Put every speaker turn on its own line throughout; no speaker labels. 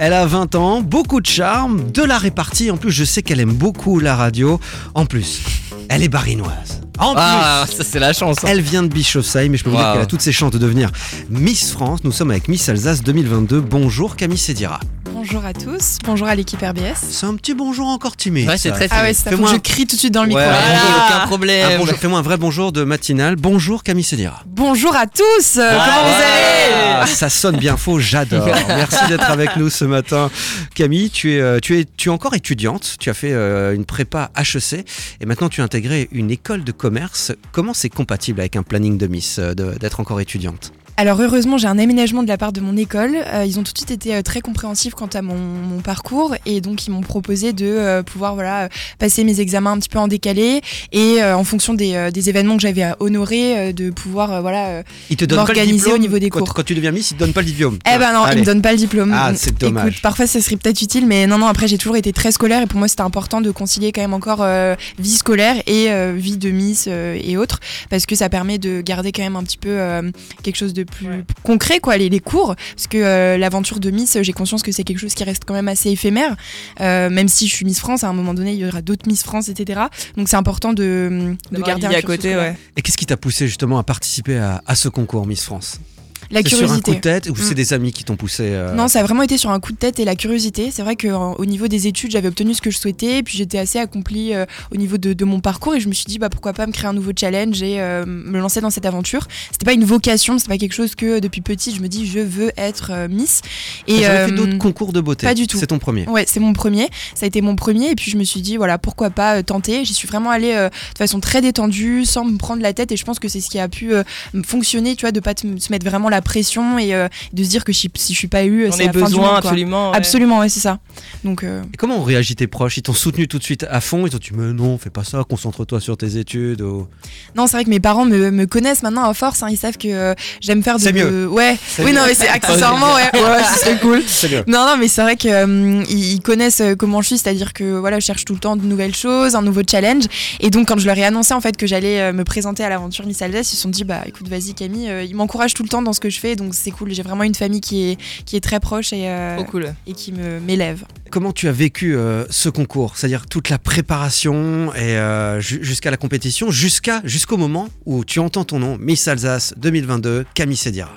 Elle a 20 ans, beaucoup de charme, de la répartie. En plus, je sais qu'elle aime beaucoup la radio. En plus, elle est barinoise. En plus,
Ah, ça c'est la chance. hein.
elle vient de Bischofsheim, mais je peux vous dire
Wow.
qu'elle a toutes ses chances de devenir Miss France. Nous sommes avec Miss Alsace 2022. Bonjour Camille Sedira.
Bonjour à tous, bonjour à l'équipe RBS.
C'est un petit bonjour encore timide.
Ouais, c'est
ça.
très
Ah ouais, c'est ça, faut
Fais-moi
que je
un-
crie tout de suite dans le
Ouais,
micro.
bonjour,
Voilà.
aucun
Un
problème.
bonjour, fais-moi un vrai bonjour de matinale. Bonjour Camille Sedira.
Bonjour à tous, euh, comment vous allez
Ah, Ça sonne bien faux, j'adore. Merci d'être avec nous ce matin. Camille, tu es, euh, tu es, tu es encore étudiante, tu as fait euh, une prépa HEC et maintenant tu as intégré une école de commerce. Comment c'est compatible avec un planning de Miss euh, de- d'être encore étudiante
Alors heureusement j'ai un aménagement de la part de mon école, Euh, ils ont tout de suite été euh, très compréhensifs quant à mon, mon parcours et donc ils m'ont proposé de euh, pouvoir voilà, euh, passer mes examens un petit peu en décalé et euh, en fonction des, euh, des événements que j'avais à honorer euh, de pouvoir euh, voilà... euh,
Ils te donnent pas le
M'organiser
diplôme
au niveau des
quand,
cours.
Quand tu deviens Miss, ils te donnent pas le diplôme.
Eh ben non, ils
Allez.
me donnent pas le diplôme. Mm,
Ah, c'est dommage.
Écoute, parfois ça serait peut-être utile, mais non, non, après j'ai toujours été très scolaire et pour moi c'était important de concilier quand même encore euh, vie scolaire et euh, vie de Miss euh, et autres parce que ça permet de garder quand même un petit peu euh, quelque chose de plus concret, quoi, les, les cours. Parce que euh, l'aventure de Miss, j'ai conscience que c'est quelque chose qui reste quand même assez éphémère, euh, même si je suis Miss France, à un moment donné il y aura d'autres Miss France, etc. Donc c'est important de, de garder un
à
cursus
côté,
scolaire.
ouais.
Et qu'est-ce qui t'a poussé justement à participer à, à ce concours Miss France
La
C'est sur un coup de
curiosité.
tête ou c'est
Mm.
des amis qui t'ont poussé euh,
Non, ça a vraiment été sur un coup de tête et la curiosité. C'est vrai qu'au niveau des études, j'avais obtenu ce que je souhaitais, et puis j'étais assez accomplie euh, au niveau de, de mon parcours, et je me suis dit, bah, pourquoi pas me créer un nouveau challenge et euh, me lancer dans cette aventure. C'était pas une vocation, c'est pas quelque chose que euh, depuis petite, je me dis, je veux être euh, Miss.
T'as
Et
jamais fait
euh,
d'autres concours de beauté
pas du tout.
C'est ton premier.
Ouais, c'est mon premier. Ça a été mon premier. Et puis je me suis dit, voilà, pourquoi pas euh, tenter. J'y suis vraiment allée euh, de façon très détendue, sans me prendre la tête. Et je pense que c'est ce qui a pu euh, me fonctionner, tu vois, de pas te- se mettre vraiment la pression et euh, de se dire que si, si je suis pas eu, euh,
On
c'est
a
la fin du
besoin
monde, quoi.
absolument. ouais.
Absolument, ouais, c'est ça. Donc, euh,
Et comment ont réagi tes proches Ils t'ont soutenu tout de suite à fond Ils t'ont dit mais non, fais pas ça, concentre-toi sur tes études. ou-
non, c'est vrai que mes parents me, me connaissent maintenant à force. hein, ils savent que euh, j'aime faire de.
C'est mieux.
de- Ouais.
C'est
Oui,
mieux.
non, mais c'est accessoirement, ouais. ouais, c'est cool.
C'est mieux.
Non, non, mais c'est vrai que euh, ils ils connaissent euh, comment je suis, c'est-à-dire que voilà, je cherche tout le temps de nouvelles choses, un nouveau challenge. Et donc, quand je leur ai annoncé en fait que j'allais euh, me présenter à l'aventure Miss Alsace, ils se sont dit bah écoute, vas-y Camille, euh, ils m'encouragent tout le temps dans ce que je fais, donc c'est cool. J'ai vraiment une famille qui est qui est très proche et euh,
Ah, Trop cool.
et qui me m'élève.
Comment tu as vécu euh, ce concours C'est-à-dire toute la préparation et euh, ju- jusqu'à la compétition, jusqu'à jusqu'au moment où tu entends ton nom, Miss Alsace 2022, Camille Sedira.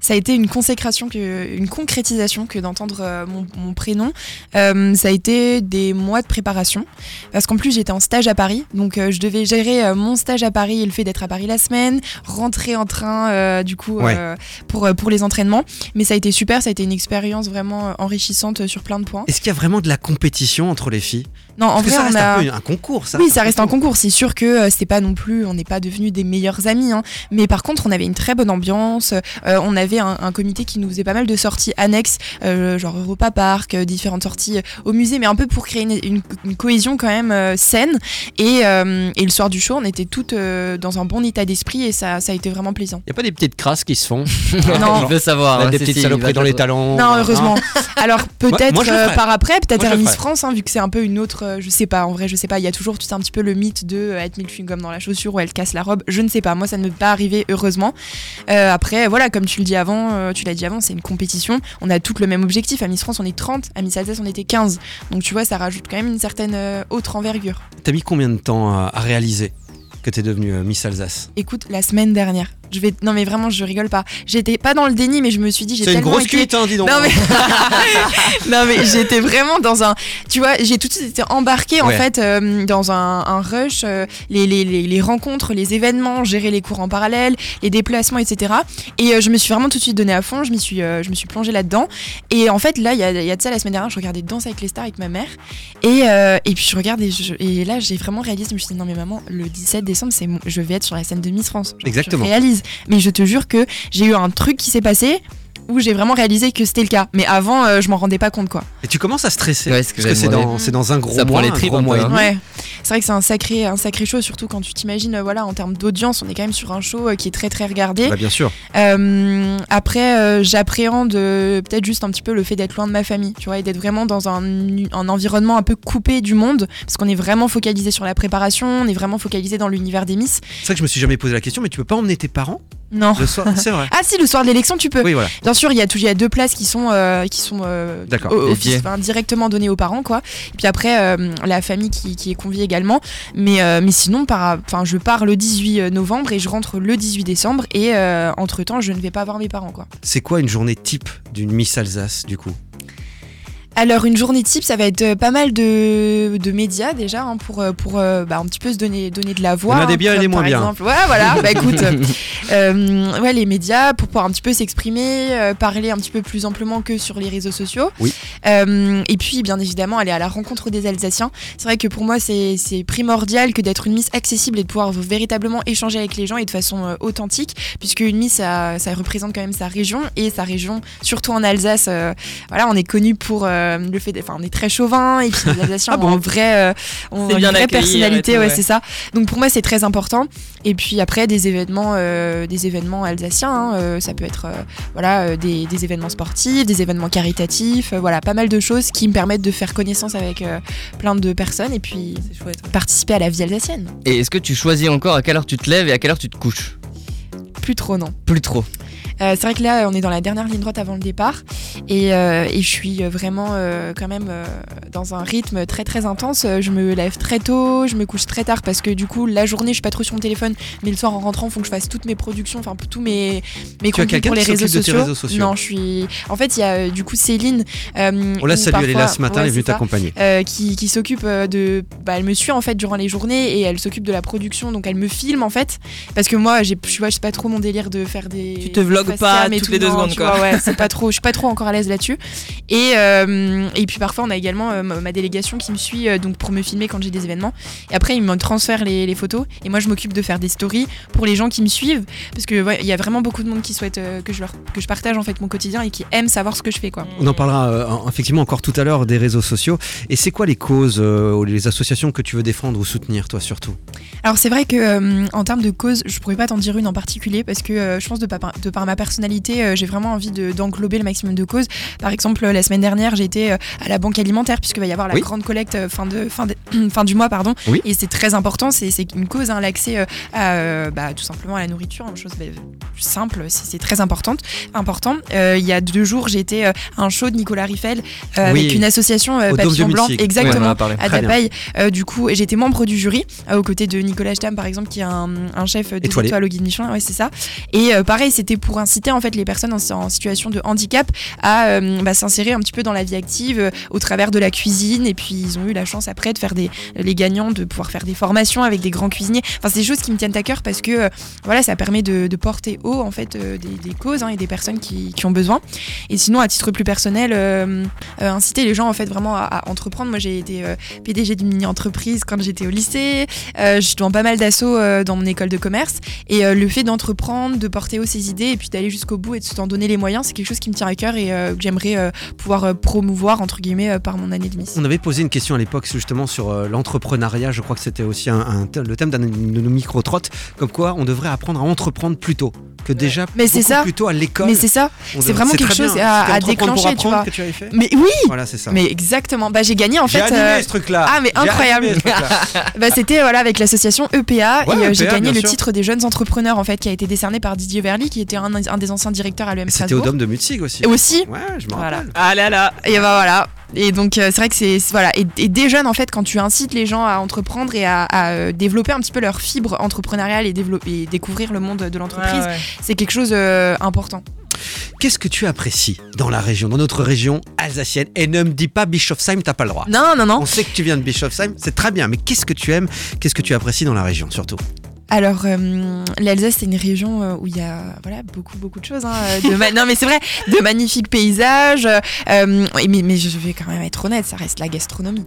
Ça a été une consécration, que, une concrétisation que d'entendre euh, mon, mon prénom. Euh, ça a été des mois de préparation. Parce qu'en plus, j'étais en stage à Paris. Donc, euh, je devais gérer euh, mon stage à Paris et le fait d'être à Paris la semaine, rentrer en train, euh, du coup,
Ouais.
euh, pour, euh, pour les entraînements. Mais ça a été super. Ça a été une expérience vraiment euh, enrichissante sur plein de points.
Est-ce qu'il y a vraiment de la compétition entre les filles
Non, en
Parce que
vrai,
ça
on
reste
a.
un peu une- un concours, ça.
Oui, ça reste un concours. C'est sûr que euh, c'est pas non plus, on n'est pas devenus des meilleurs amis. hein. Mais par contre, on avait une très bonne ambiance. Euh, on avait un, un comité qui nous faisait pas mal de sorties annexes, euh, genre Europa Park, euh, différentes sorties euh, au musée, mais un peu pour créer une, une- une cohésion quand même euh, saine. Et, euh, et le soir du show, on était toutes euh, dans un bon état d'esprit et ça, ça a été vraiment plaisant.
Il a pas des petites crasses qui se font
Non.
Il veut savoir.
Ah
Là,
hein,
Des
si,
petites
si, il
saloperies
va
dans les
savoir.
talons
Non, heureusement. Alors peut-être
hein. moi, je le
euh,
ferais.
par après, peut-être
Moi, je
à
le
Miss
ferais.
France, hein, vu que c'est un peu une autre, euh, je sais pas, en vrai je sais pas, il y a toujours, tu sais, un petit peu le mythe de euh, être mille chewing-gum dans la chaussure ou elle casse la robe, je ne sais pas, moi ça ne m'est pas arrivé heureusement. Euh, après, voilà, comme tu le dis avant, euh, tu l'as dit avant, c'est une compétition, on a toutes le même objectif, à Miss France on est 30, à Miss Alsace on était 15, donc tu vois ça rajoute quand même une certaine euh, autre envergure.
Ah, T'as mis combien de temps à, à réaliser que t'es devenue euh, Miss Alsace
Écoute, la semaine dernière, je vais, non mais vraiment je rigole pas, j'étais pas dans le déni mais je me suis dit j'ai
C'est une
tellement
grosse
été
cuite, hein, dis donc.
Non mais, non mais j'étais vraiment dans un, tu vois, j'ai tout de suite été embarquée en
Ouais.
fait euh, dans un, un rush, euh, les, les, les, les rencontres, les événements, gérer les cours en parallèle, les déplacements, etc. Et euh, je me suis vraiment tout de suite donnée à fond, je me suis, euh, je me suis plongée là-dedans. Et en fait là, il y a, il y a de ça la semaine dernière, je regardais Danse avec les stars avec ma mère. Et, euh, et puis je regarde et, je- et là j'ai vraiment réalisé, je me suis dit non mais maman, le 17 décembre, c'est mon- je vais être sur la scène de Miss France. Genre,
Exactement.
Je réalise. Mais je te jure que j'ai eu un truc qui s'est passé où j'ai vraiment réalisé que c'était le cas. Mais avant, euh, je m'en rendais pas compte, quoi.
Et tu commences à stresser.
Ouais, c'est ce que
parce que
j'allais
c'est
demander.
dans, c'est dans un gros
Ça prend
mois,
les
un
tripes
gros
un peu,
mois et
hein.
demi.
Ouais. c'est vrai que c'est un sacré, un sacré show, surtout quand tu t'imagines, euh, voilà, en termes d'audience, on est quand même sur un show euh, qui est très très regardé.
Bah, bien sûr.
Euh, après, euh, j'appréhende euh, peut-être juste un petit peu le fait d'être loin de ma famille, tu vois, et d'être vraiment dans un, un environnement un peu coupé du monde, parce qu'on est vraiment focalisé sur la préparation, on est vraiment focalisé dans l'univers des Miss.
C'est vrai que je me suis jamais posé la question, mais tu peux pas emmener tes parents
Non.
le soir C'est vrai.
Ah si, le soir de l'élection, tu peux.
Oui, voilà.
Bien sûr, il y a tout- il y a deux places qui sont euh, qui sont euh,
D'accord.
au- au-
Dédiées.
enfin, directement données aux parents, quoi. Et puis après, euh, la famille qui, qui est conviée également. Mais euh, mais sinon, par, enfin, je pars le 18 novembre et je rentre le 18 décembre. Et entre temps, je ne vais pas voir mes parents, quoi.
C'est quoi une journée type d'une Miss Alsace, du coup
Alors une journée type, ça va être euh, pas mal de, de médias déjà hein, pour, euh, pour euh, bah, un petit peu se donner, donner de la voix.
Il y en a des
hein,
biens et
comme
des moins
par
biens.
exemple. Ouais voilà, bah écoute, euh, euh, ouais, les médias pour pouvoir un petit peu s'exprimer, euh, parler un petit peu plus amplement que sur les réseaux sociaux.
Oui.
Euh, et puis bien évidemment aller à la rencontre des Alsaciens. C'est vrai que pour moi c'est c'est primordial que d'être une Miss accessible et de pouvoir véritablement échanger avec les gens et de façon euh, authentique, puisque une Miss ça, ça représente quand même sa région et sa région, surtout en Alsace. euh, voilà, on est connu pour euh, le fait, d'être- enfin, on est très chauvin et puis les Alsaciens ont un vrai, euh, ont
Ah C'est
une
bien
vraie
accueilli,
personnalité,
ouais,
ouais,
ouais.
c'est ça. Donc pour moi, c'est très important. Et puis après, des événements, euh, des événements alsaciens, hein, euh, ça peut être, euh, voilà, euh, des, des événements sportifs, des événements caritatifs, euh, voilà, pas mal de choses qui me permettent de faire connaissance avec euh, plein de personnes et puis
C'est chouette.
participer à la vie alsacienne.
Et est-ce que tu choisis encore à quelle heure tu te lèves et à quelle heure tu te couches
Plus trop non.
Plus trop.
Euh, c'est vrai que là, on est dans la dernière ligne droite avant le départ. Et, euh, et je suis vraiment euh, quand même euh, dans un rythme très très intense. Euh, Je me lève très tôt, je me couche très tard parce que du coup, la journée, je suis pas trop sur mon téléphone. Mais le soir, en rentrant, il faut que je fasse toutes mes productions, enfin tous mes, mes
Tu as
contenus
quelqu'un
pour les
qui
réseaux
s'occupe de tes
sociaux.
réseaux sociaux
Non, je suis. En fait, il y a euh, du coup Céline. euh,
On la
où
salue, elle est Oh, là
parfois-
ce matin,
Ouais,
elle est venue
c'est ça.
t'accompagner.
Euh, qui, qui s'occupe euh, de. Bah, elle me suit en fait durant les journées et elle s'occupe de la production, donc elle me filme en fait. Parce que moi, j'ai- je suis ouais, c'est pas trop mon délire de faire des.
Tu te vlogues
des
pas
faciam et
toutes
tout,
les deux
non,
secondes,
tu
quoi.
vois, ouais, c'est pas trop. Je suis pas trop encore à l'aise là-dessus. Et, euh, et puis parfois, on a également euh, ma ma délégation qui me suit euh, donc pour me filmer quand j'ai des événements. Et après, ils me transfèrent les, les photos et moi, je m'occupe de faire des stories pour les gens qui me suivent parce que ouais, il y a vraiment beaucoup de monde qui souhaite euh, que je leur que je partage en fait mon quotidien et qui aime savoir ce que je fais quoi.
On en parlera euh, en- effectivement encore tout à l'heure des réseaux sociaux. Et c'est quoi les causes euh, ou les associations que tu veux défendre ou soutenir, toi surtout
Alors c'est vrai que euh, en termes de cause, je pourrais pas t'en dire une en particulier parce que euh, je pense de, pa- par- de par ma personnalité, euh, j'ai vraiment envie de- d'englober le maximum de causes. Par exemple, euh, la semaine dernière, j'ai été euh, à la banque alimentaire puisque va y avoir la
Oui.
grande collecte euh, fin de fin, de- fin du mois pardon.
Oui.
Et c'est très important, c'est c'est une cause hein, l'accès euh, à euh, bah, tout simplement à la nourriture, une chose bah, simple, c'est c'est très importante. Important. Euh, il y a deux jours, j'ai été euh, à un show de Nicolas Riffel euh,
Oui.
avec une association euh,
Au Dôme de
Papillon Blanc,
Mulhouse.
Ouais, on en
exactement
a parlé.
à
Très bien.
Tapaille. Euh, du coup, j'étais membre du jury euh, aux côtés de Nicolas Stam, par exemple, qui est un, un chef des
Étoilé.
étoiles au guide Michelin. Ouais, c'est ça. Et euh, pareil, c'était pour inciter en fait les personnes en, en situation de handicap à euh, bah, s'insérer un petit peu dans la vie active euh, au travers de la cuisine. Et puis ils ont eu la chance après de faire des les gagnants de pouvoir faire des formations avec des grands cuisiniers. Enfin, c'est des choses qui me tiennent à cœur parce que euh, voilà, ça permet de, de porter haut en fait euh, des, des causes hein, et des personnes qui, qui ont besoin. Et sinon, à titre plus personnel, euh, euh, inciter les gens en fait vraiment à, à entreprendre. Moi, j'ai été euh, PDG d'une mini-entreprise quand j'étais au lycée. Euh, je suis dans pas mal d'assauts euh, dans mon école de commerce. Et euh, le fait d'entreprendre, de porter haut ses idées et puis d'aller jusqu'au bout et de s'en donner les moyens, c'est quelque chose qui me tient à cœur et euh, que j'aimerais euh, pouvoir euh, promouvoir, entre guillemets, euh, par mon année de Miss.
On avait posé une question à l'époque justement sur euh, l'entrepreneuriat. Je crois que c'était aussi un, un thème- le thème d'un de nos micro-trottes. Comme quoi, on devrait apprendre à entreprendre plus tôt que déjà
Mais c'est
beaucoup
ça.
plus tôt à l'école.
Mais c'est ça,
On
c'est
devrait-
vraiment
très
quelque chose
bien.
à-
C'était
à
entreprendre pour
déclencher, tu
apprendre
vois.
que tu avais fait.
mais oui,
Voilà, c'est ça.
mais exactement. Bah j'ai gagné en
Ah. J'ai
fait.
animé
euh,
ce truc-là.
ah, mais
J'ai animé
incroyable.
ce truc-là.
Bah, c'était voilà avec l'association EPA
Ouais,
et euh, j'ai
EPA,
gagné
bien
le
sûr.
titre des jeunes entrepreneurs en fait qui a été décerné par Didier Verly qui était un, un des anciens directeurs à l'EM
Et C'était au
Strasbourg.
Dôme de Mutzig aussi.
Et aussi
Ouais, je me
Voilà.
rappelle.
Ah là là.
et bah voilà et donc euh, c'est vrai que c'est c'est- voilà et, et des jeunes en fait quand tu incites les gens à entreprendre et à, à, euh, développer un petit peu leur fibre entrepreneuriale et, dévelop- et découvrir le monde de l'entreprise
Ouais, ouais.
c'est quelque chose euh, important
Qu'est-ce que tu apprécies dans la région, dans notre région alsacienne Et ne me dis pas Bischofsheim, t'as pas le droit.
non non non
On sait que tu viens de Bischofsheim, c'est très bien, mais qu'est-ce que tu aimes Qu'est-ce que tu apprécies dans la région surtout
Alors, euh, l'Alsace, c'est une région euh, où il y a voilà, beaucoup, beaucoup de choses. hein, euh, de ma- non, mais c'est vrai, de magnifiques paysages. euh, euh, mais, mais je vais quand même être honnête, ça reste la gastronomie.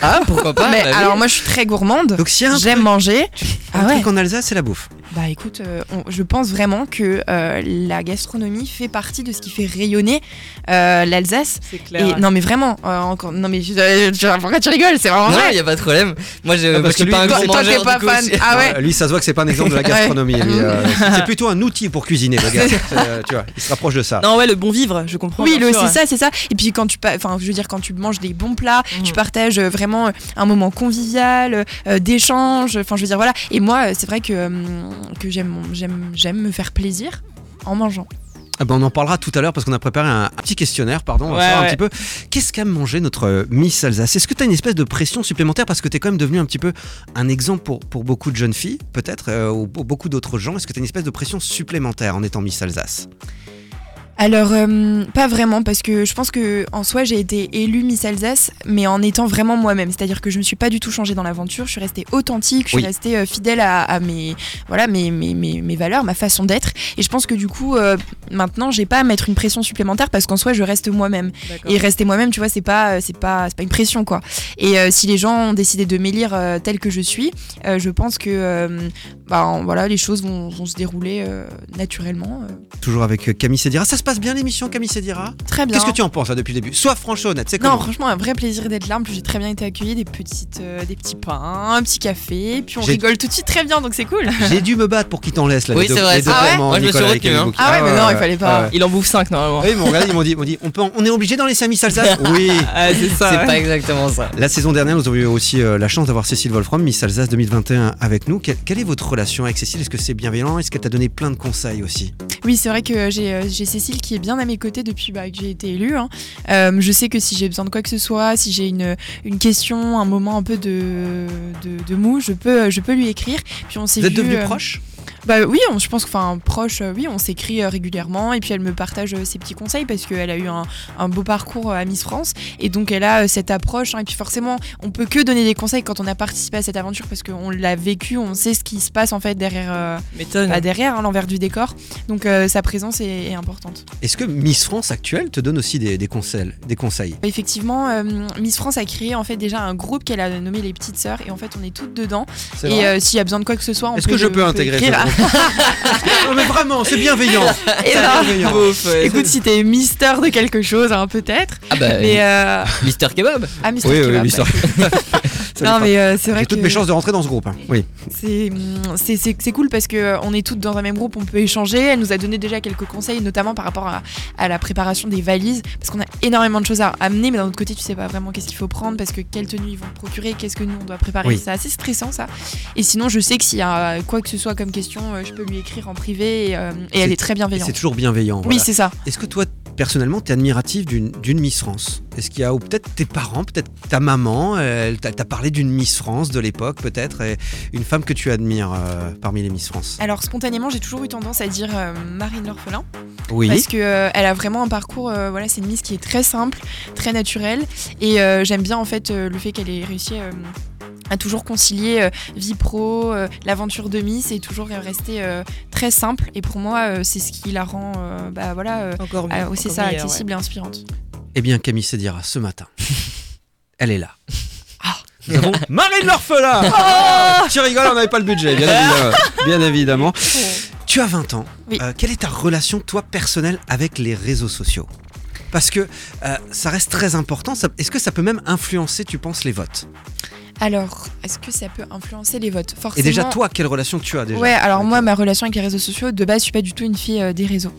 Ah, pourquoi pas
Mais
bah oui.
alors moi je suis très gourmande.
Donc s'il y a un,
J'aime manger.
un
Ah ouais.
truc en Alsace, c'est la bouffe.
Bah écoute, euh, on- je pense vraiment que euh, la gastronomie fait partie de ce qui fait rayonner euh, l'Alsace.
C'est clair.
Et non mais vraiment, euh, encore, non mais je- euh, je- pourquoi tu rigoles C'est vraiment
Non,
vrai.
il y a pas de problème. Moi, je,
Ah,
moi,
parce
je suis
que
pas
lui,
un
toi-
grand
toi,
t'es
mangeur.
pas
du coup,
fan.
c'est-
Ah ouais.
Euh, lui, ça se voit que c'est pas un exemple de la gastronomie. lui, euh, c'est plutôt un outil pour cuisiner, le gars. C'est, euh, tu vois, il se rapproche de ça.
Non, Ah ouais, le bon vivre, je comprends.
Oui,
bien
le-
sûr.
c'est ça, c'est ça. Et puis quand tu, pa- enfin, je veux dire quand tu manges des bons plats,
Mhm.
tu partages euh, vraiment euh, un moment convivial, euh, d'échange. Enfin, je veux dire voilà. Et moi, euh, c'est vrai que euh, que j'aime, j'aime, j'aime me faire plaisir en mangeant.
Ah ben, on en parlera tout à l'heure parce qu'on a préparé un, un petit questionnaire, pardon, on va
Ouais,
savoir un
ouais.
petit peu. Qu'est-ce qu'a mangé notre euh, Miss Alsace Est-ce que tu as une espèce de pression supplémentaire parce que tu es quand même devenu un petit peu un exemple pour, pour beaucoup de jeunes filles, peut-être, euh, ou pour beaucoup d'autres gens Est-ce que tu as une espèce de pression supplémentaire en étant Miss Alsace
Alors, euh, pas vraiment, parce que je pense que en soi, j'ai été élue Miss Alsace, mais en étant vraiment moi-même. C'est-à-dire que je me suis pas du tout changée dans l'aventure, je suis restée authentique, je
Oui.
suis restée euh, fidèle à, à mes, voilà, mes, mes, mes, mes valeurs, ma façon d'être. Et je pense que du coup, euh, maintenant, j'ai pas à mettre une pression supplémentaire, parce qu'en soi, je reste moi-même.
D'accord.
Et rester moi-même, tu vois, c'est pas, euh, c'est pas, c'est pas une pression, quoi. Et euh, si les gens ont décidé de m'élire euh, telle que je suis, euh, je pense que, euh, bah, en- voilà, les choses vont, vont se dérouler euh, naturellement. euh.
Toujours avec euh, Camille Sédira. Ça se passe bien l'émission, Camille Sédira
Très bien.
Qu'est-ce que tu en penses là, depuis le début Sois franche et honnête, c'est
Non,
comment
franchement, un vrai plaisir d'être là. En plus, j'ai très bien été accueillie, des petites, euh, des petits pains, un petit café, puis on
J'ai-
rigole tout de suite très bien, donc c'est cool.
J'ai dû me battre pour qu'il t'en laisse là.
Oui,
les deux-
c'est vrai,
les
c'est
deux
vrai.
vraiment,
Moi, je me suis
Nicolas et
retenu,
Camille
hein.
Bouki.
Ah ouais, mais non, il
ouais.
fallait pas.
Ah ouais.
Il en bouffe 5 normalement.
Oui, ils m'ont regardé, ils m'ont dit, ils m'ont dit, on, peut, en- on est obligé dans les Miss Alsace Oui
Ah, c'est ça.
C'est
ouais.
pas exactement ça.
La saison dernière, nous avons eu aussi euh, la chance d'avoir Cécile Wolfram, Miss Alsace 2021, avec nous. Quelle, quelle est votre relation avec Cécile Est-ce que c'est bienveillant Est-ce qu'elle t'a donné plein de conseils aussi
Oui, c'est vrai que j'ai euh, j'ai Cécile qui est bien à mes côtés depuis bah, que j'ai été élue. hein. Euh, je sais que si j'ai besoin de quoi que ce soit, si j'ai une, une question, un moment un peu de, de, de mou, je peux, euh, je peux lui écrire. Puis on s'est
Vous êtes
vu,
devenus
euh,
proches
Bah oui, on- je pense que enfin proche, euh, oui, on s'écrit euh, régulièrement et puis elle me partage euh, ses petits conseils parce qu'elle a eu un, un beau parcours euh, à Miss France et donc elle a euh, cette approche hein, et puis forcément on peut que donner des conseils quand on a participé à cette aventure parce qu'on l'a vécu, on sait ce qui se passe en fait derrière, euh,
M'étonne.
bah, derrière hein, l'envers du décor donc euh, sa présence est- est importante.
Est-ce que Miss France actuelle te donne aussi des, des conseils, des conseils
Effectivement, euh, Miss France a créé en fait déjà un groupe qu'elle a nommé les petites sœurs et en fait on est toutes dedans.
C'est
Et
vrai
euh, s'il y a besoin de quoi que ce soit, on
Est-ce
peut
que je
le-
peux
on peut
intégrer ce
écrire.
groupe Non mais vraiment, c'est bienveillant
Et
C'est
ben,
bienveillant.
Beauf, ouais.
Écoute, si t'es Mister de quelque chose, hein, peut-être.
Ah bah,
Mais euh,
Mister Kebab.
ah, Mister
Oui, oui,
Kebab,
l'histoire.
ouais. Non mais euh, c'est vrai
J'ai
que
toutes mes chances de rentrer dans ce groupe. hein. Oui.
c'est mm, c'est- c'est c'est cool parce que euh, on est toutes dans un même groupe, on peut échanger. Elle nous a donné déjà quelques conseils, notamment par rapport à, à la préparation des valises, parce qu'on a énormément de choses à amener, mais d'un autre côté tu sais pas vraiment qu'est-ce qu'il faut prendre, parce que quelle tenue ils vont te procurer, qu'est-ce que nous on doit préparer.
Oui.
C'est assez stressant ça. Et sinon je sais que s'il y a euh, quoi que ce soit comme question, euh, je peux lui écrire en privé et, euh, et elle
C'est-
est très
Et
bienveillante.
c'est toujours bienveillant. voilà.
Oui c'est ça.
Est-ce que toi, personnellement, t'es admiratif d'une d'une Miss France Est-ce qu'il y a, ou peut-être tes parents, peut-être ta maman, euh, elle t'a t'a parlé d'une Miss France de l'époque, peut-être, et une femme que tu admires euh, parmi les Miss France
Alors spontanément j'ai toujours eu tendance à dire euh, Marine L'Orphelin.
Oui.
parce que euh, elle a vraiment un parcours euh, voilà c'est une miss qui est très simple très naturelle et euh, j'aime bien en fait euh, le fait qu'elle ait réussi euh, à toujours concilier euh, vie pro euh, l'aventure de miss et toujours euh, rester euh, très simple et pour moi euh, c'est ce qui la rend euh, bah voilà euh,
Encore mieux.
euh, aussi
encore
ça
meilleur,
accessible et inspirante
Eh bien, Camille Sédira, ce matin, elle est là.
Ah.
Nous avons Marine l'orphelin
Oh.
Tu rigoles, on n'avait pas le budget, bien évidemment. Bien évidemment.
Oh.
Tu as 20 ans.
Oui.
Euh, quelle est ta relation, toi, personnelle, avec les réseaux sociaux parce que euh, ça reste très important. Ça- Est-ce que ça peut même influencer, tu penses, les votes
alors est-ce que ça peut influencer les votes forcément
Et déjà, toi, quelle relation tu as déjà
Ouais, alors
avec
moi,
les-
ma relation avec les réseaux sociaux, de base, je suis pas du tout une fille euh, des réseaux.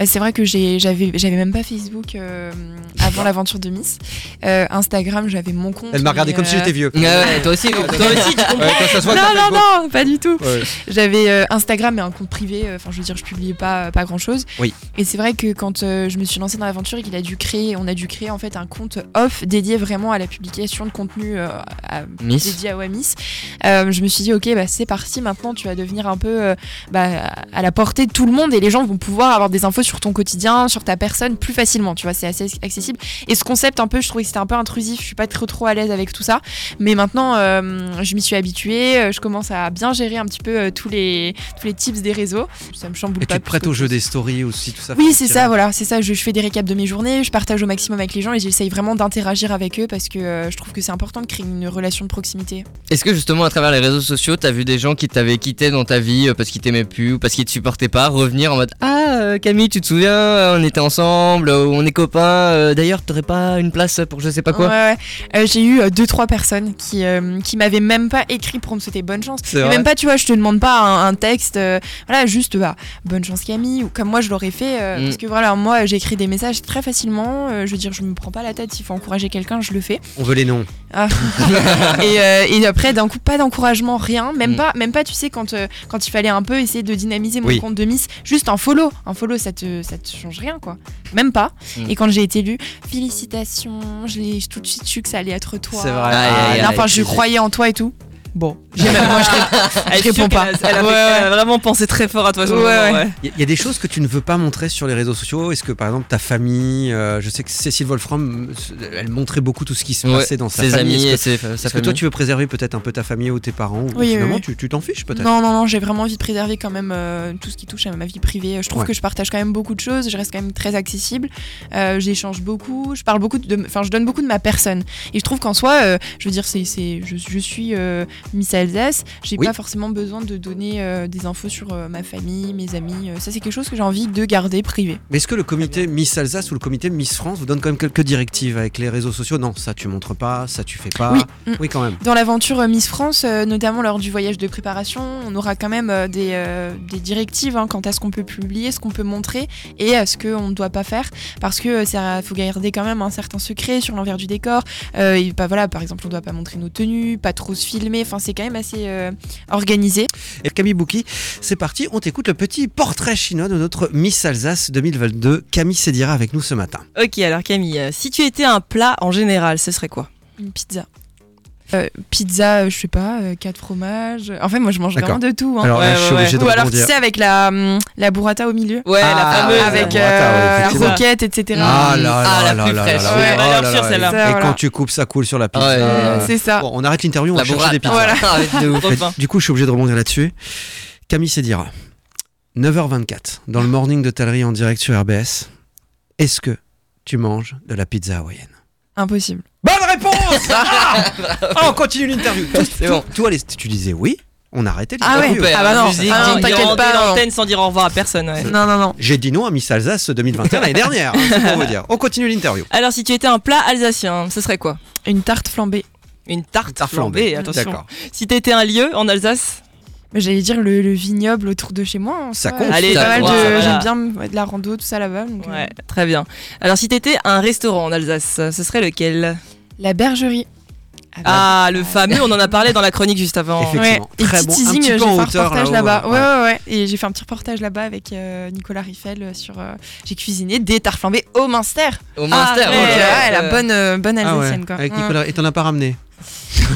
Euh, c'est vrai que j'ai- j'avais j'avais même pas Facebook euh, avant l'aventure de Miss. Euh, Instagram, j'avais mon compte.
Elle m'a regardé
mais,
comme si
euh, Ah,
j'étais vieux.
Ouais, ouais, toi aussi, toi aussi, tu comprends.
Ouais, quand ça se voit que
Non,
t'as
non,
Facebook.
non, pas du tout.
Ouais.
J'avais euh, Instagram et un compte privé. euh, Enfin, je veux dire, je publiais pas, pas grand chose.
Oui.
Et c'est vrai que quand euh, je me suis lancée dans l'aventure, et qu'il a dû créer, on a dû créer en fait un compte off dédié vraiment à la publication de contenu euh, à-
Miss.
dédié à Wamis. Euh, je me suis dit, ok, bah, c'est parti, maintenant tu vas devenir un peu euh, bah, à la portée de tout le monde et les gens vont pouvoir avoir des infos sur ton quotidien, sur ta personne plus facilement, tu vois, c'est assez accessible. Et ce concept, un peu, je trouvais que c'était un peu intrusif, je suis pas trop trop à l'aise avec tout ça, mais maintenant euh, je m'y suis habituée, euh, je commence à bien gérer un petit peu euh, tous, les, tous les tips des réseaux, ça me chamboule
Et
pas.
tu te
plus
prêtes
qu'autre
au jeu
chose.
des stories aussi, tout ça
Oui,
faut
c'est
tirer.
ça, voilà, c'est ça. Je, je fais des récaps de mes journées, je partage au maximum avec les gens et j'essaye vraiment d'interagir avec eux parce que euh, je trouve que c'est important de créer une relation de proximité.
Est-ce que justement à travers les réseaux sociaux, t'as vu des gens qui t'avaient quitté dans ta vie euh, parce qu'ils t'aimaient plus ou parce qu'ils te supportaient pas, revenir en mode Ah euh, Camille, tu te souviens, euh, on était ensemble, euh, on est copains, euh, d'ailleurs t'aurais pas une place pour je sais pas quoi
Ouais, ouais. Euh, J'ai eu euh, deux trois personnes qui euh, qui m'avaient même pas écrit pour me souhaiter bonne chance.
C'est
Et
vrai.
même pas, tu vois, je te demande pas un, un texte, euh, voilà, juste bah, bonne chance Camille ou comme moi je l'aurais fait euh,
Mm.
parce que voilà, moi j'écris des messages très facilement. euh, je veux dire, je me prends pas la tête. S'il faut encourager quelqu'un, je le fais.
On veut les noms.
et, euh, et après d'un coup pas d'encouragement rien même
Mm.
pas même pas tu sais quand euh, quand il fallait un peu essayer de dynamiser mon
Oui.
compte de Miss juste un follow un follow ça te ça te change rien quoi même pas
Mm.
et quand j'ai été élue félicitations je l'ai tout de suite su que ça allait être toi
C'est vrai.
Ah,
Aïe, aïe,
non,
aïe.
enfin je croyais en toi et tout bon
Elle
réponds
sûr qu'elle
pas.
a- Elle a,
Ouais, ouais.
elle a vraiment pensé très fort à toi. sur le
Ouais,
moment,
ouais.
ouais.
Il y, a des choses que tu ne veux pas montrer sur les réseaux sociaux. Est-ce que par exemple ta famille, euh, je sais que Cécile Wolfram, euh, elle montrait beaucoup tout ce qui se
Ouais,
passait dans sa
Ses
famille.
amis et
Est-ce que,
ses, sa
est-ce que toi
famille.
tu veux préserver peut-être un peu ta famille ou tes parents ou
Oui,
finalement
oui, oui.
tu- tu t'en fiches peut-être
non non non j'ai vraiment envie de préserver quand même euh, tout ce qui touche à ma vie privée je trouve
Ouais.
que je partage quand même beaucoup de choses je reste quand même très accessible euh, j'échange beaucoup je parle beaucoup de enfin je donne beaucoup de ma personne et je trouve qu'en soi euh, je veux dire c'est c'est je, je suis euh, Miss Alsace j'ai
Oui.
pas forcément besoin de donner euh, des infos sur euh, ma famille mes amis Euh, ça c'est quelque chose que j'ai envie de garder privé
Mais est-ce que le comité Miss Alsace ou le comité Miss France vous donne quand même quelques directives avec les réseaux sociaux Non, ça tu montres pas, ça tu fais pas.
Oui. Mm.
quand même.
Dans l'aventure euh, Miss France, euh, notamment lors du voyage de préparation, on aura quand même euh, des, euh, des directives hein, quant à ce qu'on peut publier, ce qu'on peut montrer et à ce qu'on ne doit pas faire. Parce que il faut garder quand même un certain secret sur l'envers du décor. Euh, et, bah, voilà, par exemple, on ne doit pas montrer nos tenues, pas trop se filmer. Enfin, c'est quand même assez euh, organisé.
Et Camille Bouki, c'est parti, on t'écoute le petit portrait chinois de notre Miss Alsace 2022. Camille Sédira avec nous ce matin.
Ok, alors Camille, euh, si tu étais un plat en général, ce serait quoi
Une pizza. Euh, pizza, euh, je sais pas, euh, quatre fromages. En fait, moi, je mange
D'accord.
vraiment de tout. hein.
Alors là,
Ouais,
je
ouais,
suis
ouais.
obligé de
Ou alors, tu
rebondir.
sais, avec la, hum, la burrata au milieu.
Ouais,
Ah,
la fameuse.
ouais,
avec
la burrata, ouais,
euh, la
effectivement.
roquette, etc.
Ah là
Ah,
là
la
là
plus
là
fraîche.
là
Ouais,
là.
elle a
Oh
l'air
là
sûre,
là.
celle-là.
Et
Ça, voilà.
quand tu coupes, ça coule sur la pizza.
Ouais.
Euh,
C'est ça.
Bon, on arrête l'interview, on
La
va chercher
bourrade,
des pizzas.
voilà. Arrête de ouf.
Et
Enfin.
Du coup, je suis obligé de rebondir là-dessus. Camille Sédira, 9h24, dans le morning de Talerie en direct sur RBS. Est-ce que tu manges de la pizza hawaïenne
Impossible.
Bonne réponse ah Ah, On continue l'interview.
C'est bon.
Toi, les- tu disais oui, on a arrêté
Ah ouais.
l'interview.
Coupé,
Ah bah
la
non.
musique,
Ah non,
ding,
t'inquiète
dong.
pas, non.
l'antenne sans dire au revoir à personne. ouais.
Non, non, non.
J'ai dit non à Miss Alsace 2021 l'année dernière, hein, c'est pour vous dire. On continue l'interview.
Alors, si tu étais un plat alsacien, ce serait quoi
Une tarte flambée.
Une tarte,
Tarte
flambée,
flambée,
attention.
D'accord.
Si t'étais un lieu en Alsace,
Mais J'allais dire le, le vignoble autour de chez moi. en
Ça
soi.
compte.
Allez,
J'ai
ça
pas mal
compte,
de-
voilà.
J'aime bien ouais, de la rando, tout ça là-bas. donc, euh,
ouais, très bien. Alors, si t'étais un restaurant en Alsace, ce serait lequel
Eh
La bergerie. bah,
Ah, le fameux, on en a parlé dans la chronique juste avant.
ben. Effectivement.
Ouais, et
Très
petit
bon. Un
teasing,
petit
j'ai
peu
fait
en
un
hauteur,
reportage
là-haut,
là-bas.
ouais.
Ouais, ouais, ouais. Et j'ai fait un petit reportage là-bas avec euh, Nicolas Riffel euh, sur. euh, j'ai cuisiné des tartes flambées au Minster.
Au Munster,
Ah,
oh
Ouais,
là
ouais,
là.
ouais, la bonne, euh, bonne
Ah ouais,
alsacienne quoi.
Avec
Ouais.
Nicolas, et t'en as pas ramené.
Oh,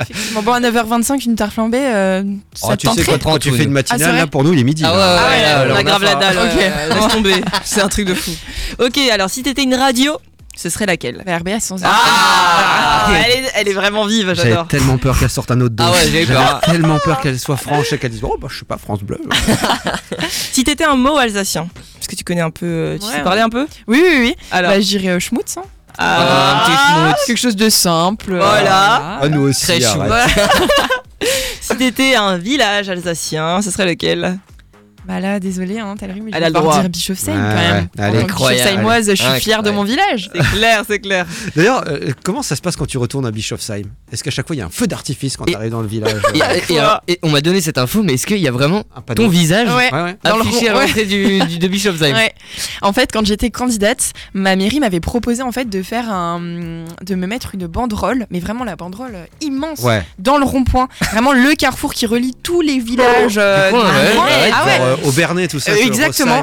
effectivement. Bon, à 9h25, une tarte flambée, euh, ça
Oh,
te
tu sais
tenterait
quoi, quand tu
Antoine.
fais une
Ah,
matinale,
c'est
là
vrai
pour nous il est midi.
Ah
là.
ouais, ouais,
Ah ouais,
ouais, là,
là, on a
on
grave
a
la
faim.
dalle.
Ok.
ouais, euh, laisse tomber. C'est un truc de fou. Ok, alors si t'étais une radio, ce serait laquelle
Bah, RBS, sans
Ah elle, est, elle est vraiment vive,
J'avais
j'adore.
tellement peur qu'elle sorte un autre dos.
Ah ouais, j'ai eu peur.
tellement peur qu'elle soit franche et qu'elle dise Oh, bah, je suis pas France Bleu.
Ah
Si t'étais un mot alsacien, parce que tu connais un peu, euh, tu
Ouais,
sais
ouais.
parler un peu
Oui, oui, oui.
Alors,
Bah, j'irais euh, schmutz. hein.
Ah, un petit
Quelque chose de simple. euh,
Voilà.
Ah, nous aussi.
Très
arrête.
chou.
si t'étais un village alsacien, ce serait lequel
Bah là, désolé, hein, t'as le rhume. mais je
Elle
vais
a le
devoir
droit.
dire Bischofsheim
Ouais,
quand même.
ouais, allez.
En tant que
Incroyable.
Bischofsheimoise, je suis fière
Incroyable.
de mon village.
C'est clair, c'est clair.
D'ailleurs, euh, comment ça se passe quand tu retournes à Bischofsheim Est-ce qu'à chaque fois il y a un feu d'artifice quand
Et-
t'arrives dans le village
Et,
euh,
et- et alors, et on m'a donné cette info, mais est-ce qu'il y a vraiment
Un panneau
ton visage
Ouais.
Ouais, ouais.
Dans le
affiché à
rond, ouais.
l'entrée du, du, de Bishopsheim
Ouais. En fait, quand j'étais candidate, ma mairie m'avait proposé en fait de faire un, de me mettre une banderole, mais vraiment la banderole euh, immense
Ouais.
dans le rond-point, vraiment le carrefour qui relie tous les villages. euh,
Du coin,
du
ouais,
coin.
ouais,
ah ouais.
genre, euh, euh, au Bernet, tout ça.
Euh,
sur le
exactement,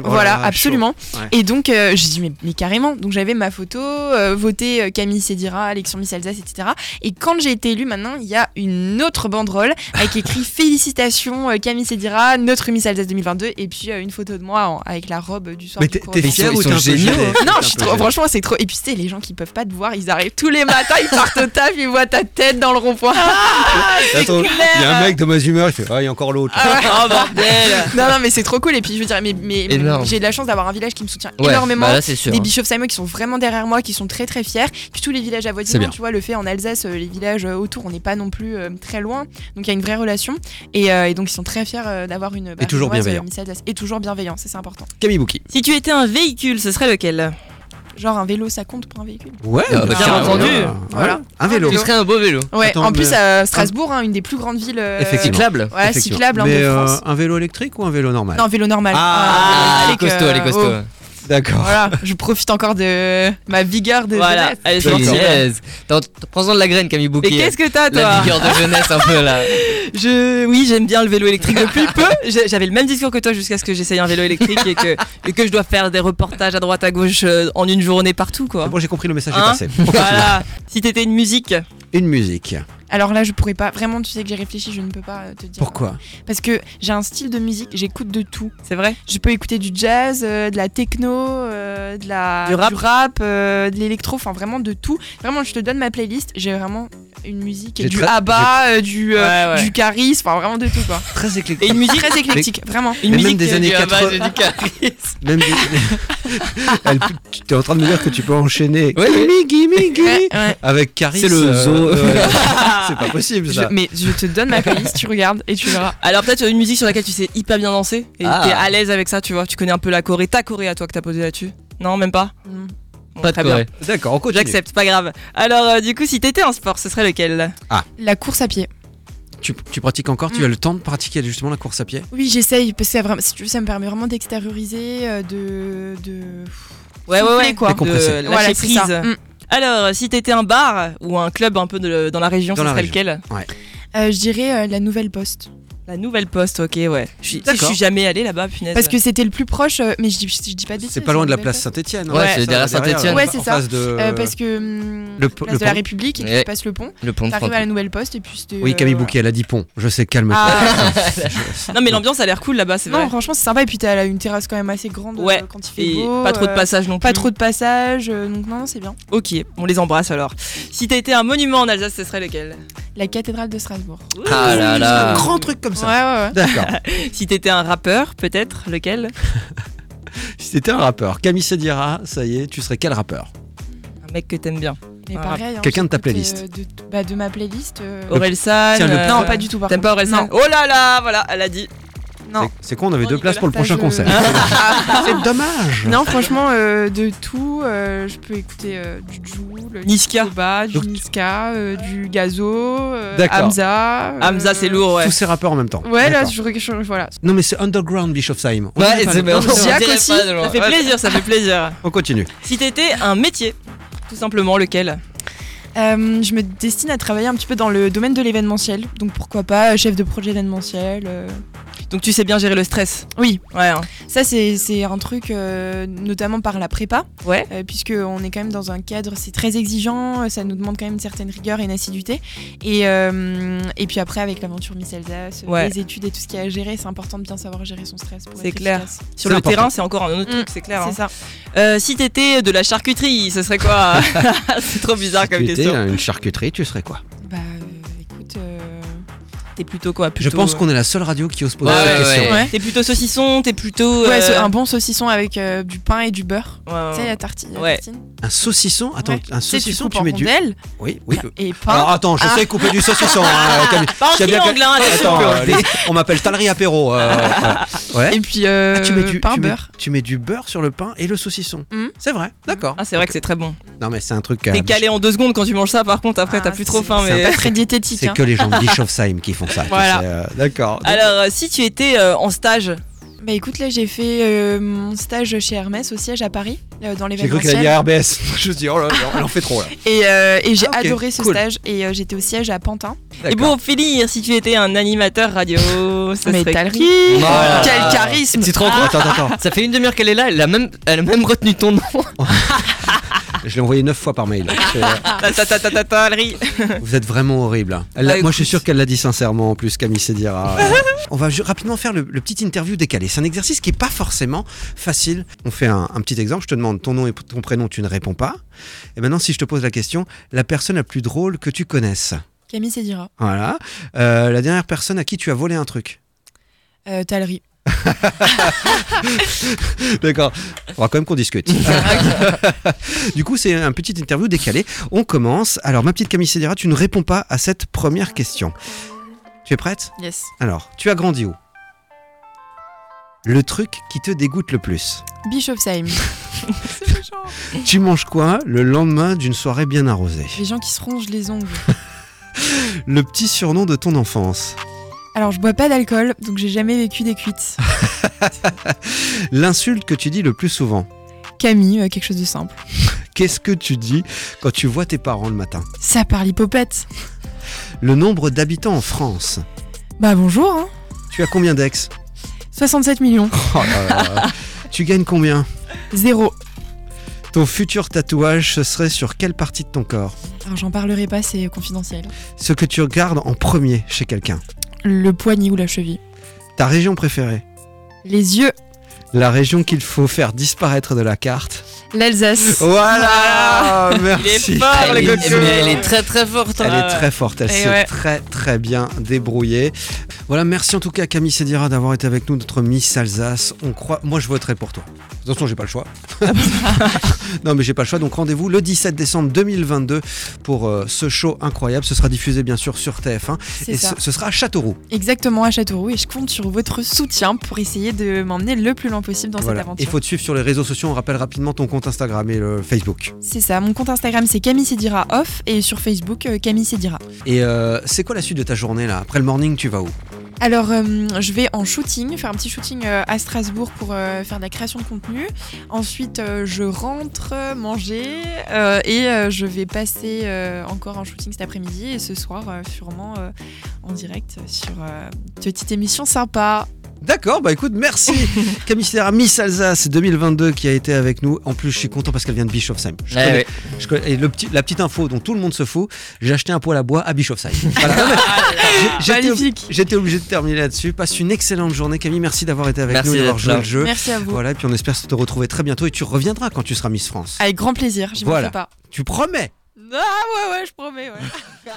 Brossailles. Oh là
voilà,
là,
absolument.
chaud. Ouais.
Et donc, euh, j'ai dit, mais, mais carrément. Donc, j'avais ma photo, euh, voté euh, Camille Sédira, élection Miss Alsace, etc. Et quand j'ai été élue, maintenant, il y a une autre banderole avec écrit Félicitations euh, Camille Sédira, notre Miss Alsace 2022, et puis euh, une photo de moi en- avec la robe du soir.
Mais t'es
du cours
t'es
de
Ils
fier
sont-
ou
ils
t'es un peu
sont
gêné
géniaux, hein.
T'es
non,
un
je suis
peu
trop-
gêné.
franchement, c'est trop. Et puis, tu sais, les gens qui peuvent pas te voir, ils arrivent tous les matins, ils partent au taf, ils voient ta tête dans le rond-point.
Attends, Il y a un mec de mauvaise humeur, il fait Ah, il y a encore l'autre.
Oh bordel
non, non, mais c'est trop cool. Et puis, je veux dire, mais, mais
Énorme.
j'ai de la chance d'avoir un village qui me soutient
Ouais,
énormément.
bah là, c'est sûr.
Des
hein.
bishops Samuel qui sont vraiment derrière moi, qui sont très très fiers. Puis tous les villages
C'est bien.
avoisinants, tu vois, le fait en Alsace, euh, les villages euh, autour, on n'est pas non plus euh, très loin. Donc il y a une vraie relation. Et, euh, et donc ils sont très fiers euh, d'avoir une. bah,
toujours
Renoise, euh,
bienveillant.
Miss Alsace. Et toujours bienveillant, ça c'est important.
Camille Bouki.
Si tu étais un véhicule, ce serait lequel
Genre un vélo, ça compte pour un véhicule.
Ouais,
Ah, bah,
bien
carrément.
Voilà.
Voilà. Un vélo.
Tu serais un beau vélo.
Ouais,
Attends,
en
mais-
plus, euh, Strasbourg, hein, une des plus grandes villes. euh,
Effectivement.
Cyclable.
Ouais,
Effectivement.
cyclable en
Mais euh,
France.
un vélo électrique ou un vélo normal
Non, vélo normal.
Ah,
elle
les
est costaud, elle est costaud.
D'accord.
oh, Voilà, je profite encore de ma vigueur de
Voilà,
jeunesse.
elle est
D'accord.
sortie.
Yes. T'en- t'en- Prends-en de la graine, Camille
Et
Bouquier.
qu'est-ce que t'as
La
toi
vigueur de jeunesse un peu là.
Je, oui, j'aime bien le vélo électrique depuis peu. J'ai- J'avais le même discours que toi jusqu'à ce que j'essaye un vélo électrique et que, et que je dois faire des reportages à droite à gauche euh, en une journée partout quoi.
Bon, j'ai compris le message est
Hein
passé.
Voilà. Si t'étais une musique,
Une musique.
Alors là, je pourrais pas. Vraiment, tu sais que j'ai réfléchi, je ne peux pas euh, te dire.
Pourquoi
Parce que j'ai un style de musique, j'écoute de tout.
c'est vrai
Je peux écouter du jazz, euh, de la techno, euh, de la
Du rap.
euh, de l'électro, enfin vraiment de tout. Vraiment, je te donne ma playlist. J'ai vraiment une musique
J'ai
du
très-
ABBA, euh, du euh,
Ouais, ouais.
du Caris, enfin vraiment de tout quoi.
Très éclectique.
Et une musique
Très éclectique, vraiment.
Une
Mais même
musique
des
euh,
années
du- ah bah,
80.
j'ai dit Caris.
Même des- Elle- tu es en train de me dire que tu peux enchaîner
Ouais, ouais.
Gimme, gimme, gimme
Ouais, ouais.
avec Caris.
C'est le
euh,
zoo.
ouais. c'est pas possible
Je-
ça.
mais je te donne ma playlist, tu regardes et tu verras.
Alors peut-être une musique sur laquelle tu sais hyper bien danser et
Ah.
t'es à l'aise avec ça, tu vois. Tu connais un peu la Corée, ta Corée à toi que t'as posé là-dessus. Non, même pas.
Mm.
Bon,
Pas de
très bien. Oh,
Corée.
D'accord, on continue.
J'accepte, pas grave. Alors euh, du coup, si t'étais un sport, ce serait lequel
La course à pied.
Tu, tu pratiques encore Tu
Mm.
as le temps de pratiquer justement la course à pied
Oui, j'essaye parce que ça, vraiment- si tu veux, ça me permet vraiment d'extérioriser, euh, de de
Ouais, ouais,
Souffler,
ouais.
quoi.
Décompresser.
De lâcher
voilà, c'est
prise.
ça. Mm.
Alors, euh, si t'étais un bar ou un club un peu de- dans la région,
Dans
ce
la
serait
région.
lequel
Euh, je dirais euh, la nouvelle poste.
La nouvelle poste, ok, ouais. Je suis, je
D'accord.
suis jamais allée là-bas, punaise.
Parce que c'était le plus proche, euh, mais je dis, je dis pas de bêtises,
C'est pas loin de la
Nouvelle
place Saint-Etienne.
Ouais, c'est derrière Saint-Étienne.
Ouais, c'est
en
ça.
face de-
Euh, parce que hum,
Le po-
place
le
de la
pont.
République et puis
Ouais.
tu passes le pont,
Le pont de
t'arrives à la
France.
nouvelle poste et puis c'était.
Oui,
euh,
Camille
voilà.
Bouquet, elle a dit pont. Je sais, calme-toi.
Ah.
Je-
Non, mais l'ambiance a l'air cool là-bas, c'est
Non,
vrai.
franchement, c'est sympa et puis t'as là, une terrasse quand même assez grande euh,
Ouais.
quand il fait
Et
beau.
pas trop de
euh,
passages non plus.
Pas trop de passages, euh, donc non, non, c'est bien.
Ok, on les embrasse alors. Si t'étais un monument en Alsace, ce serait lequel
La cathédrale de Strasbourg.
Ah là là.
Grand truc comme
Ouais,
ça.
ouais, ouais.
D'accord.
Si t'étais un rappeur, peut-être, lequel
Si t'étais un rappeur, Camille Sedira, ça y est, tu serais quel rappeur
Un mec que t'aimes bien.
Mais
Ah,
pareil. hein,
quelqu'un de ta
j'écoute,
playlist. Oh.
euh, de, bah, de ma playlist. euh,
Aurel San.
Tiens, le-
euh,
Non, pas du tout, par
T'aimes
contre.
pas Aurel San
Non.
Oh là là, voilà, elle a dit.
Non.
C'est- C'est con, on avait
Non,
deux places pour le
Nicolas,
prochain
ça,
concert. C'est dommage.
Non, franchement, euh, de tout, euh, je peux écouter euh, du Joule,
Niska.
du Koba, Ah, du
Donc-
Niska, euh, du Gazo, euh,
D'accord.
Hamza. euh,
Hamza, c'est lourd, ouais.
Tous ces rappeurs en même temps.
Ouais, là,
D'accord.
je, je- voilà.
Non, mais c'est Underground Bischofsheim. On dirait
Ouais,
pas
c'est
le- Non, mais c'est vrai.
Ziac
dirait
aussi,
pas de loin.
Ça fait plaisir, ça fait plaisir.
On continue.
Si t'étais un métier, tout simplement, lequel
Euh, je me destine à travailler un petit peu dans le domaine de l'événementiel. Donc pourquoi pas euh, chef de projet événementiel. euh.
Donc tu sais bien gérer le stress.
Oui,
Ouais. hein.
ça c'est c'est un truc euh, notamment par la prépa.
Ouais.
Euh, puisque on est quand même dans un cadre, c'est très exigeant, euh, ça nous demande quand même une certaine rigueur et une assiduité. Et, euh, et puis après avec l'aventure Miss Alsace, euh,
Ouais.
les études et tout ce qu'il y a à gérer, c'est important de bien savoir gérer son stress. pour
C'est
être
clair.
efficace.
Sur
C'est
le
important.
terrain, c'est encore un autre
Mm,
truc, c'est clair. hein.
C'est ça.
Euh, si t'étais de la charcuterie, ce serait quoi C'est trop bizarre
tu
comme
étais
question.
une charcuterie, tu serais quoi
Bah euh, écoute. euh,
T'es plutôt quoi
Je
plutôt, euh,
pense qu'on est la seule radio qui ose poser
Ouais,
cette
ouais,
question.
ouais.
T'es plutôt saucisson, t'es plutôt.
Ouais,
euh,
un bon saucisson avec euh, du pain et du beurre.
ouais, ouais,
Tu sais, la tartine. la
Ouais.
tartine.
Un saucisson Attends,
Ouais.
un
Tu sais, tu
saucisson,
coupes
tu,
en
mets du.
rondelles
Oui, oui.
Et pain.
Alors attends,
Ah.
je sais couper du saucisson. hein, Camille.
Pas en
J'ai bien
triangle, hein, attention.
Attends, euh, les- on m'appelle Talerie Apéro. euh, ouais. Ouais.
Et puis euh,
Ah, tu, mets du,
pain,
tu, mets,
beurre.
tu mets du beurre sur le pain et le saucisson.
Mhm.
C'est vrai, d'accord.
Ah, c'est vrai que c'est très bon.
Non, mais c'est un truc. euh,
T'es calé en deux secondes quand tu manges ça, par contre, après,
Ah,
t'as plus trop
c'est-
faim.
c'est
Mais...
Pas très diététique.
C'est
Hein.
que les gens de Bischofsheim qui font ça. tu
Voilà.
sais, euh, d'accord.
Alors, euh, si tu étais euh, en stage,
Bah écoute, là j'ai fait euh, mon stage chez Hermès au siège à Paris, euh, dans
J'ai cru qu'elle
l'événementiel.
allait à RBS. Je me suis dit, oh là, là, elle en fait trop là.
Et, euh, et j'ai
Ah, ok,
adoré ce
cool.
ben,
stage et euh, j'étais au siège à Pantin.
et pour finir, si tu étais un animateur radio. Margot, ça
Ah, Mais
serait
t'as le
qui
Voilà.
Quel charisme
Tu te rends compte
Attends, attends, attends.
Ça fait une demi-heure qu'elle est là, elle a même, elle a même retenu ton nom.
Je l'ai envoyé neuf fois par mail. C'est-
Ta ta ta ta ta ta, elle rit.
Vous êtes vraiment horrible. hein. Elle l'a-
Bah,
moi, je suis
écoute.
sûr qu'elle l'a dit sincèrement en plus, Camille Cédira. euh. On va ju- rapidement faire le, le petit interview décalé. C'est un exercice qui n'est pas forcément facile. On fait un, un petit exemple. Je te demande ton nom et ton prénom, tu ne réponds pas. Et maintenant, si je te pose la question, la personne la plus drôle que tu connaisses.
Camille Cédira.
Voilà. Euh, la dernière personne à qui tu as volé un truc.
Euh, Talry.
D'accord. On va quand même qu'on discute.
Ah,
du coup, c'est un petit interview décalé. On commence. Alors, ma petite Camille Cédira, tu ne réponds pas à cette première question. Tu es prête
Yes.
Alors, tu as grandi où Le truc qui te dégoûte le plus.
Bischofsheim.
Tu manges quoi le lendemain d'une soirée bien arrosée
Les gens qui se rongent les ongles.
Le petit surnom de ton enfance.
Alors, je bois pas d'alcool, donc j'ai jamais vécu des cuites.
L'insulte que tu dis le plus souvent.
Camille, euh, quelque chose de simple.
Qu'est-ce que tu dis quand tu vois tes parents le matin
Ça parle hypopète.
Le nombre d'habitants en France.
Bah bonjour, hein.
Tu as combien d'ex
67 millions.
Oh là là là. Tu gagnes combien
Zéro.
Ton futur tatouage, ce serait sur quelle partie de ton corps
Alors, j'en parlerai pas, c'est confidentiel.
Ce que tu regardes en premier chez quelqu'un.
Le poignet ou la cheville.
Ta région préférée
Les yeux.
La région qu'il faut faire disparaître de la carte
L'Alsace.
Oh, Voilà Merci
Il est fort,
Elle
le
est-
cocu.
mais elle est très très forte. hein.
Elle est très forte, elle
Et
s'est
ouais.
très très bien débrouillée. Voilà, merci en tout cas Camille Cédira d'avoir été avec nous, notre Miss Alsace. On croit, moi je voterai pour toi. De toute façon, j'ai pas le choix. non, mais j'ai pas le choix. Donc rendez-vous le 17 décembre 2022 pour euh, ce show incroyable. Ce sera diffusé bien sûr sur TF1
C'est
et
ça.
ce, ce sera à Châteauroux.
Exactement à Châteauroux et je compte sur votre soutien pour essayer de m'emmener le plus loin possible dans
Voilà.
cette
Il
aventure.
faut te suivre sur les réseaux sociaux. On rappelle rapidement ton compte Instagram et le Facebook.
C'est ça, mon compte Instagram c'est Camille Cédira off et sur Facebook euh, Camille Cédira.
Et euh, c'est quoi la suite de ta journée là Après le morning, tu vas où
Alors, euh, je vais en shooting, faire un petit shooting euh, à Strasbourg pour euh, faire de la création de contenu. Ensuite, euh, je rentre euh, manger euh, et euh, je vais passer euh, encore en shooting cet après-midi et ce soir, euh, sûrement euh, en direct sur euh, une petite émission sympa.
D'accord, bah écoute, merci Camille Sidera, Miss Alsace 2022 qui a été avec nous. En plus, je suis content parce qu'elle vient de Bischofsheim. Je
Eh
Ouais,
connais-
ouais.
je connais- et le petit, la petite info dont tout le monde se fout, j'ai acheté un poêle à bois à Bischofsheim. Voilà. Non, mais j'ai- j'étais-
Ah, Magnifique.
J'étais obligé de terminer là-dessus. Passe une excellente journée, Camille. Merci d'avoir été avec
Merci
nous et d'avoir
d'être
joué
là.
le jeu.
Merci à vous.
Voilà, et puis on espère te retrouver très bientôt et tu reviendras quand tu seras Miss France.
Avec grand plaisir, je ne
Voilà.
pas.
Tu promets
Ah ouais, ouais, je promets, ouais.